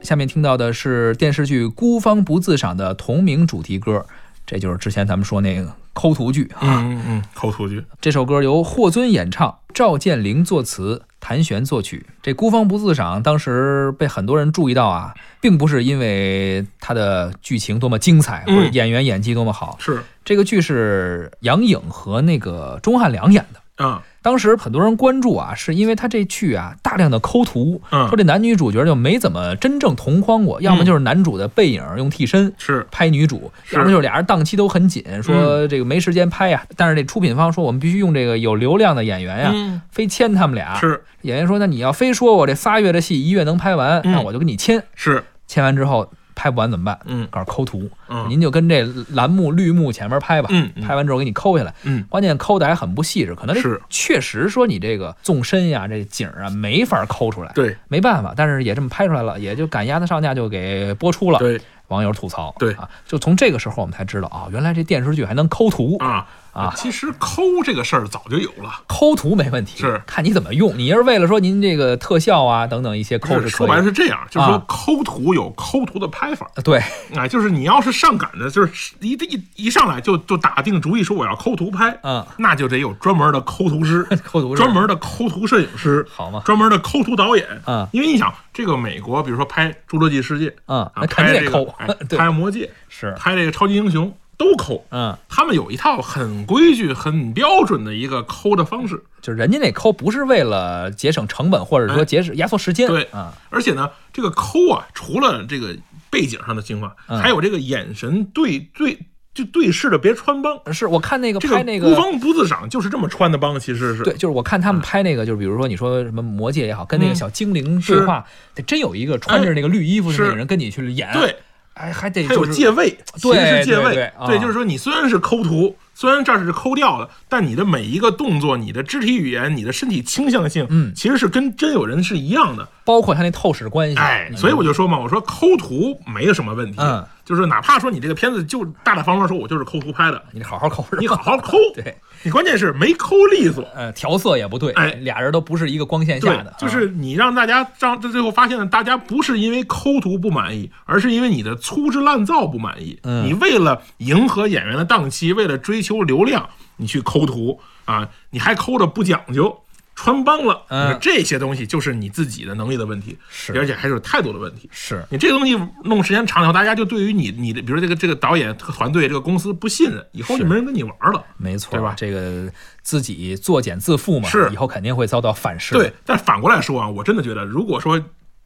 下面听到的是电视剧《孤芳不自赏》的同名主题歌，这就是之前咱们说那个抠图剧啊。嗯嗯嗯，抠图剧，这首歌由霍尊演唱，赵建林作词，谭旋作曲。这《孤芳不自赏》当时被很多人注意到啊，并不是因为它的剧情多么精彩，或嗯者演员演技多么好。是这个剧是杨颖和那个钟汉良演的。啊当时很多人关注啊，是因为他这剧啊大量的抠图，嗯说这男女主角就没怎么真正同框过，要么就是男主的背影用替身。是，拍女主，是嗯要么就是俩人档期都很紧，说这个没时间拍呀、但是这出品方说我们必须用这个有流量的演哎员呀、啊嗯非签他们俩。是演员说那你要非说我这仨月的戏一月能拍完，嗯那我就跟你签。是，签完之后拍不完怎么办？嗯告诉抠图，嗯您就跟这蓝幕绿幕前面拍吧。嗯嗯拍完之后给你抠下来，嗯关键抠的还很不细致，可能这是确实说你这个纵深呀、这景儿啊没法抠出来，对没办法，但是也这么拍出来了，也就赶鸭子上架就给播出了。对网友吐槽，对啊，就从这个时候我们才知道啊，原来这电视剧还能抠图，啊啊其实抠这个事儿早就有了，抠图没问题，是看你怎么用。你要是为了说您这个特效啊等等一些抠是是说可白以了的，是这样，就是说啊抠图有抠图的拍法，呃对，啊，就是你要是上赶着，就是一一一上来就就打定主意说我要抠图拍，嗯，那就得有专门的抠图师， 抠图是专门的抠图摄影师，好嘛专门的抠图导演，嗯因为你想，这个美国，比如说拍《侏罗纪世界》，嗯啊那肯拍定得这个抠哎 对拍《魔戒》是拍这个超级英雄都抠，嗯，他们有一套很规矩、很标准的一个抠的方式，就是人家那抠不是为了节省成本，或者说哎节省压缩时间，对啊，而且呢，这个抠啊，除了这个背景上的精华，嗯还有这个眼神对对就对视着别穿帮。是我看那个这拍那孤芳不自赏就是这么穿的帮，其实是对，就是我看他们拍那个，就是比如说你说什么魔戒也好，跟那个嗯小精灵是哎对话，得真有一个穿着那个绿衣服的那个是人跟你去演，对，哎，还得它有就是借位，对其实是借对位，对啊就是说你虽然是抠图，虽然这儿是抠掉的，但你的每一个动作、你的肢体语言、你的身体倾向性，嗯其实是跟真有人是一样的，包括他那透视关系，哎，所以我就说嘛，我说抠图没有什么问题，嗯就是哪怕说你这个片子就大大方方说我就是抠图拍的，你得好好抠是吧？，你好好抠对，你关键是没抠利索，呃，调色也不对，哎俩人都不是一个光线对下的，，啊就是你让大家让这最后发现，大家不是因为抠图不满意，而是因为你的粗制滥造不满意。嗯你为了迎合演员的档期，为了追求流量，你去抠图啊，你还抠的不讲究，穿帮了。嗯你说这些东西就是你自己的能力的问题，是而且还是有态度的问题。是你这个东西弄时间长了以后，大家就对于你你的，比如这个这个导演这个团队这个公司不信任，以后是就没人跟你玩了。没错，对吧这个自己作茧自缚嘛，是以后肯定会遭到反噬。对，，但反过来说啊，我真的觉得，如果说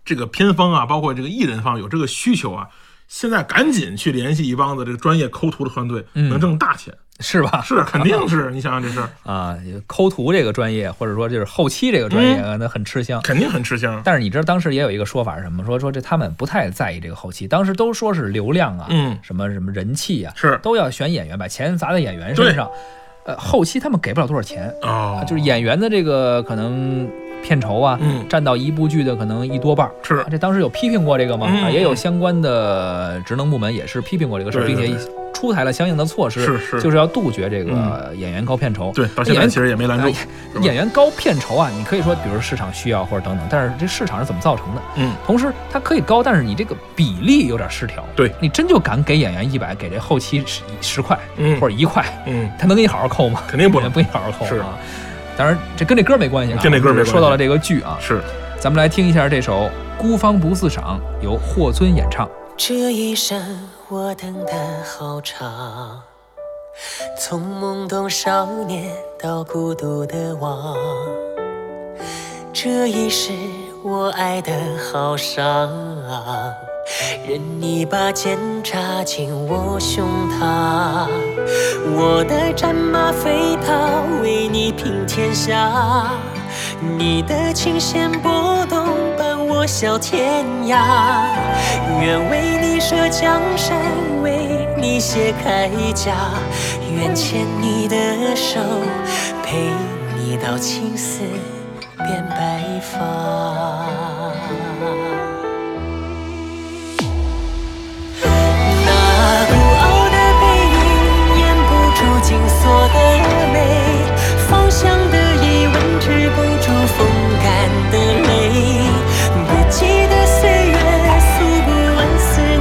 这个片方啊，包括这个艺人方有这个需求啊，现在赶紧去联系一帮子这个专业抠图的团队，嗯能挣大钱。是吧？是，肯定是，你想想这事儿，啊，抠图这个专业，或者说就是后期这个专业，嗯那很吃香。肯定很吃香。但是你知道当时也有一个说法是什么？说说这他们不太在意这个后期，当时都说是流量啊，嗯什么什么人气啊，是都要选演员，把钱砸在演员身上。呃，后期他们给不了多少钱，哦，啊就是演员的这个可能片酬啊，嗯占到一部剧的可能一多半儿。是啊这当时有批评过这个吗？嗯啊，也有相关的职能部门也是批评过这个事儿，对并对且出台了相应的措施，是是就是要杜绝这个演员高片酬。对，到演现在员其实也没拦哎住呀。是吧演员高片酬啊，你可以说，比如市场需要或者等等，但是这市场是怎么造成的？嗯，同时它可以高，但是你这个比例有点失调。对，你真就敢给演员一百，给这后期十十块嗯或者一块，嗯，他能给你好好扣吗？肯定不能 不给你好好扣是啊。当然，这跟这歌没关系啊，跟这歌没关系说到了这个剧啊，是咱们来听一下这首《孤芳不自赏》，由霍尊演唱。这一生我等的好长，从懵懂少年到孤独的王。这一世我爱的好伤，任你把剑插进我胸膛，我的战马飞跑，为你拼天下。你的琴弦拨动，伴我笑天涯。愿为你舍江山，为你卸铠甲。愿牵你的手，陪你到青丝变白发。那孤傲的背影，掩不住紧锁的眉；芳香的疑问，止不住风干的泪。不羁的岁月，诉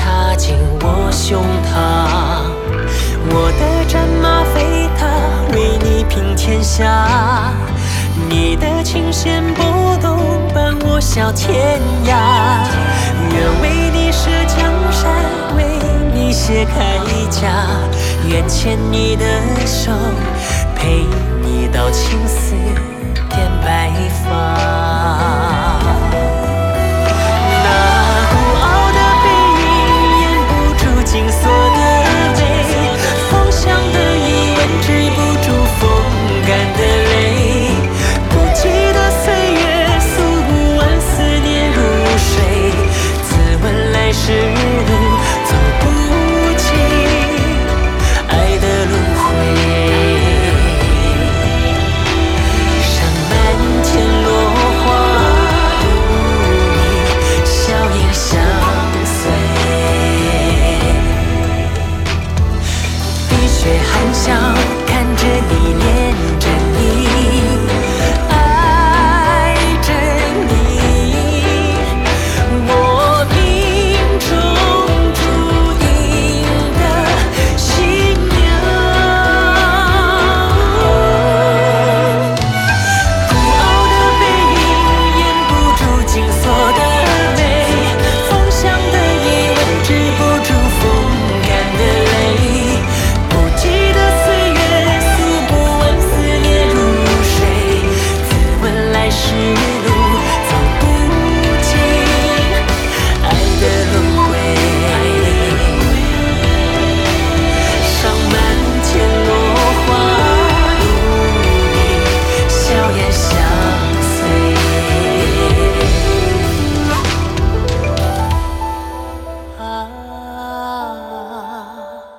啊进我胸膛。我的战马飞踏，为你平天下。你的琴弦拨动，伴我笑天涯。愿为你舍江山，为你卸铠甲。愿牵你的手，陪你到青丝变白发。啊